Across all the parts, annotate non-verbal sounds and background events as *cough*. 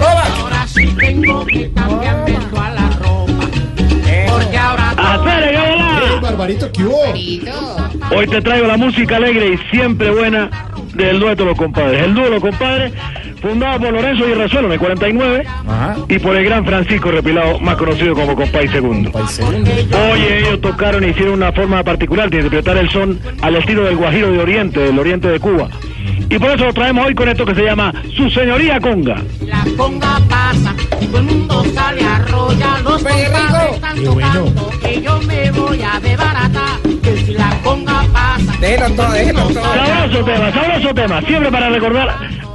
Ahora sí tengo que cambiarme toda la ropa. Porque ahora ¡Acere, ¡Ey, Gabriela! Barbarito, ¿qué hubo? Hoy te traigo la música alegre y siempre buena del dueto Los Compadres. El dúo Los Compadres, fundado por Lorenzo y Razuelo en el 49 Ajá. y por el gran Francisco Repilado, más conocido como Compay Segundo. País segundo. Oye, ellos tocaron e hicieron una forma particular de interpretar el son al estilo del Guajiro de Oriente, del Oriente de Cuba. Y por eso lo traemos hoy con esto que se llama Su Señoría Conga. la conga pasa y todo el mundo sale a rollar. Los compadres están Qué bueno. tocando que yo me voy a desbaratar. Que si la conga pasa... Déjelo todo, déjelo todo. Sabroso tema, sabroso tema. Siempre para recordar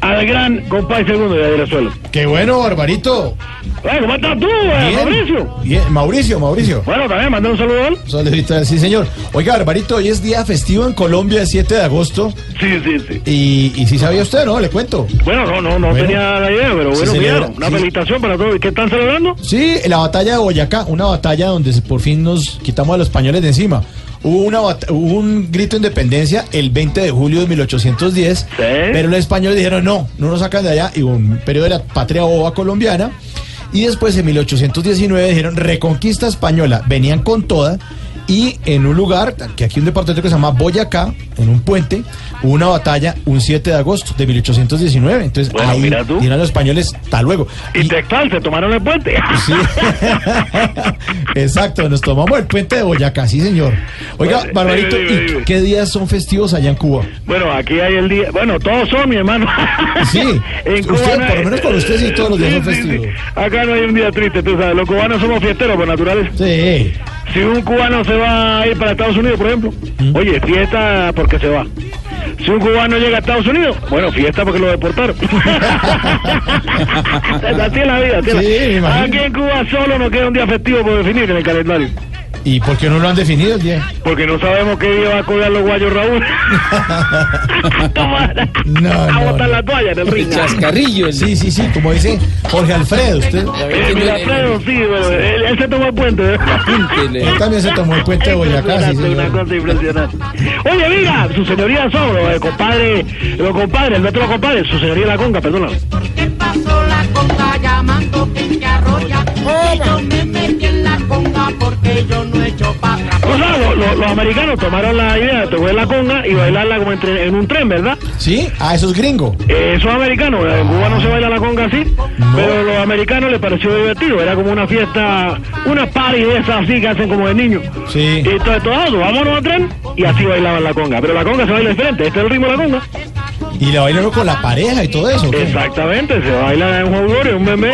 al gran Compay Segundo de Razuelo. Qué bueno, Barbarito. Oye, ¿Cómo estás tú, eh, Bien. Mauricio? Bien, Mauricio, Mauricio. Bueno, también mandé un saludo a él. Solidita, sí, señor. Oiga, Barbarito, hoy es día festivo en Colombia, 7 de agosto. Sí, sí, sí. Y, y si sabía usted, ¿no? Le cuento. Bueno, no, no, no Bueno. tenía la idea, pero Se bueno, celebra, mira, una sí. felicitación para todos. ¿Qué están celebrando? Sí, la batalla de Boyacá, una batalla donde se- por fin nos quitamos a los españoles de encima. Hubo, una bat- hubo un grito de independencia el 20 de julio de 1810, pero los españoles dijeron no, no nos sacan de allá, y hubo un periodo de la patria boba colombiana. Y después en 1819 dijeron reconquista española, venían con toda. Y en un lugar, que aquí hay un departamento que se llama Boyacá, en un puente, hubo una batalla un 7 de agosto de 1819. Entonces Bueno, ahí mira tú. dijeron a los españoles, hasta luego. Y textal, se tomaron el puente. *laughs* Sí. *laughs* Exacto, nos tomamos el puente de Boyacá, sí, señor. Oiga, Vale, Barbarito, dime, dime, ¿y dime. ¿qué días son festivos allá en Cuba? Bueno, aquí hay el día. Bueno, todos son, mi hermano. Sí. *laughs* En Cuba Usted, no hay- por lo menos con usted sí, todos los días son festivos. Acá no hay un día triste, tú sabes. Los cubanos somos fiesteros por naturales. Sí. Si un cubano se va a ir para Estados Unidos, por ejemplo, oye, fiesta porque se va. Si un cubano llega a Estados Unidos, bueno, fiesta porque lo deportaron. *laughs* así es la vida. así es la- Sí, me imagino. Aquí en Cuba solo nos queda un día festivo por definir en el calendario. ¿Y por qué no lo han definido el día? Porque no sabemos qué día va a colgar los guayos Raúl. *laughs* Toma, No, a no, botar no. la toalla en el ring. Chascarrillo. el- Sí, sí, sí, como dice Jorge Alfredo, usted, Eh, mira, Alfredo, sí, pero él, él se tomó el puente. ¿eh? ¿verdad? él Púntele. también se tomó el puente de Boyacá, sí, Impresionante, una señor. cosa impresionante. Oye, mira, su señoría son los eh, compadre, los compadres, el nuestro compadre, su señoría la conga, perdóname. Porque pasó la conga llamando que que arrolla. Y yo me metí en la conga porque yo no he hecho para atrás. Pues O sea, lo- lo- los americanos tomaron la idea de tocar la conga y bailarla como entre- en un tren, ¿verdad? ¿Sí? Ah, eso es gringo. Eh, Eso es americano, en Cuba no se baila la conga así, pero a los americanos les pareció divertido, era como una fiesta, una party de esas así que hacen como de niños. Sí. Y entonces todos, "Ah, vámonos a tren y así bailaban la conga, pero la conga se baila diferente, este es el ritmo de la conga. Y la bailaron con la pareja y todo eso. ¿o qué? Exactamente, se baila en un jodgorio, en un meme.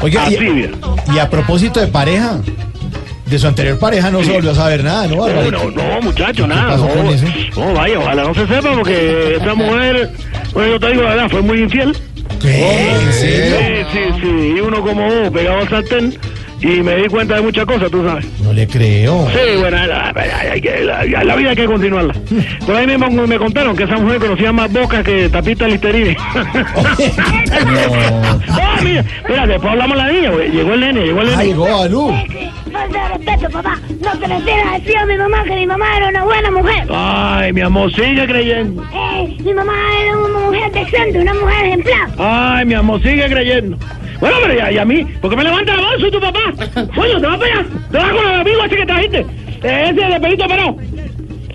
Oiga, Así, y, bien. y a propósito de pareja, de su anterior pareja no se volvió a saber nada, ¿no, No, no, Barbarito? no, muchacho, ¿Qué nada. pasó No, con eso? no, vaya, ojalá no se sepa porque esta mujer, bueno, yo te digo la verdad, fue muy infiel. ¿Qué? ¿En serio? Sí, sí, sí. Y uno como vos, pegado al sartén. Y me di cuenta de muchas cosas, tú sabes. No le creo. Sí, bueno, la, hay que- la- la vida hay que continuarla. Por ahí mismo me contaron que esa mujer conocía más bocas que tapita listerine. *laughs* No. Ah, mira, mira, después hablamos la niña, güey. Llegó el nene, llegó el nene. Ah, llegó Balú. Falta de respeto, papá. No se le sigas decir a mi mamá que mi mamá era una buena mujer. Ay, mi amor, sigue creyendo. Eh, mi mamá era una mujer decente, una mujer ejemplar. Ay, mi amor, sigue creyendo. Bueno, pero ya, y a mí, ¿por qué me levanta la voz, soy tu papá? Coño, te vas para allá, te vas con el amigo ese que trajiste. Eh, Ese de pelito pero.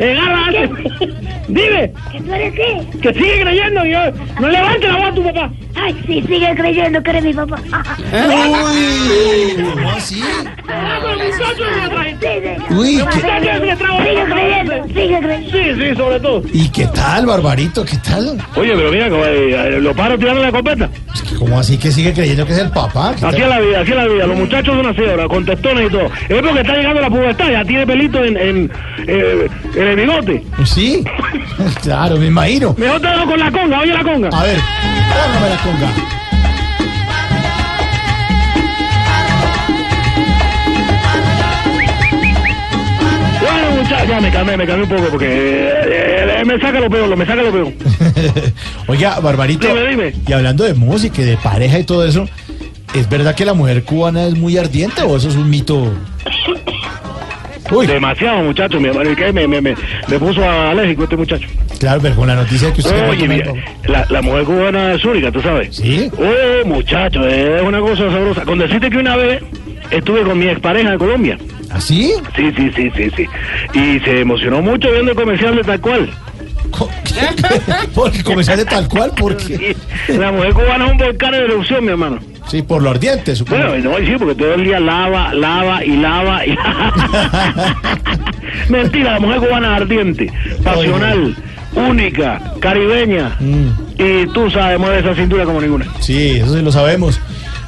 Agarra, ese. *laughs* Dime, ¿Que tú eres qué? que sigue creyendo, y yo, no levante la voz a tu papá. Ay, *laughs* sí, sigue creyendo que eres mi papá. Uy, ¿cómo así? Ah, pero muchachos de la Sigue, Uy, papá, qué- sigue Sigue creyendo, sigue creyendo. Sí, sí, sobre todo. ¿Y qué tal, Barbarito? ¿Qué tal? Oye, pero mira, como, eh, lo paro tirando la copeta. Es que, ¿Cómo así que sigue creyendo que es el papá? ¿Qué Aquí tal? es la vida, aquí es la vida. Los muchachos son así ahora, con testones y todo. Es porque está llegando la pubertad, ya tiene pelito en, en, eh, en el bigote. Pues Sí, *laughs* claro, me imagino. Mejor te dejo con la conga, oye la conga. A ver, póngame la conga. Bueno, muchachos, ya me calmé, me calmé un poco porque eh, eh, me saca lo peor, lo- me saca lo peor. *laughs* Oiga, Barbarito, Dime, dime. y hablando de música y de pareja y todo eso, ¿es verdad que la mujer cubana es muy ardiente o eso es un mito? Uy, Demasiado, muchacho, mi hermano, ¿y qué? Me, me, me, me puso alérgico este muchacho. claro, pero con la noticia que usted... Oye, mira, la, la mujer cubana es única, tú sabes. Sí. Oh, muchacho, es una cosa sabrosa. Con decirte que una vez estuve con mi expareja de Colombia. *laughs* ¿Así? Sí, sí, sí, sí, sí. Y se emocionó mucho viendo el comercial de tal cual. Co- *laughs* Porque como sale tal cual, porque... La mujer cubana es un volcán en erupción, mi hermano. Sí, por lo ardiente, supongo. Bueno, no, sí, porque todo el día lava, lava y lava y *laughs* Mentira, la mujer cubana es ardiente, pasional, única, caribeña. Mm. Y tú sabes, mueve esa cintura como ninguna. Sí, eso sí lo sabemos.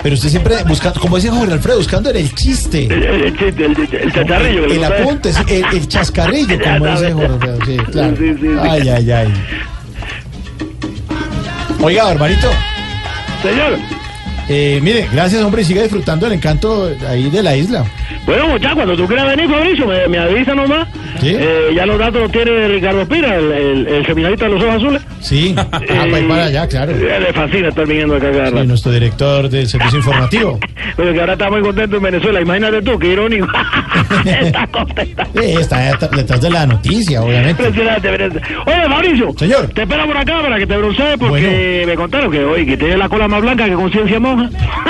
Pero usted siempre buscando, como decía Jorge Alfredo, buscando en el chiste. El, el chiste, el, el- el chacharrillo. que le El gusta a él. apunte, sí, el, *laughs* el chascarrillo, como dice Jorge Alfredo, sí, claro. Sí, sí, sí. Ay, ay, ay. Oiga, Barbarito, Señor. eh, mire, gracias, hombre, y siga disfrutando el encanto ahí de la isla. Bueno, muchachos, cuando tú quieras venir, Fabricio, me, me avisa nomás. Sí. Eh, ya los datos los tiene Ricardo Espina, el, el- el seminarista de los ojos azules. *laughs* Sí, ah, para ir Eh, para allá, claro. eh, Le fascina estar viniendo acá cada Y rato. nuestro director del servicio informativo. Pero que ahora está muy contento en Venezuela. Imagínate tú, qué *laughs* irónico. está contenta. Eh, está at- detrás de la noticia, obviamente. Impresionante, Venezuela. Oye, Fabricio. Señor. Te espero por acá para que te broncees porque me contaron que hoy que tienes la cola más blanca que conciencia monja. *laughs*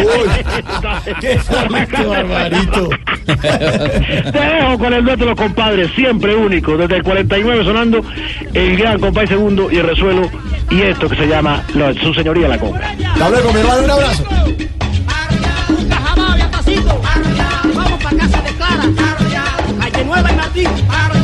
Uy, *laughs* qué fuerte, Barbarito. Te dejo con el dueto de los compadres, siempre único, desde el 49 sonando el gran compadre segundo y el resuelo y esto que se llama la- su señoría la conga. Hasta luego, mi hermano, un abrazo. Punta, Jamaica, Pasito. Vamos pa' casa de Clara. Calle Nueva y Martín.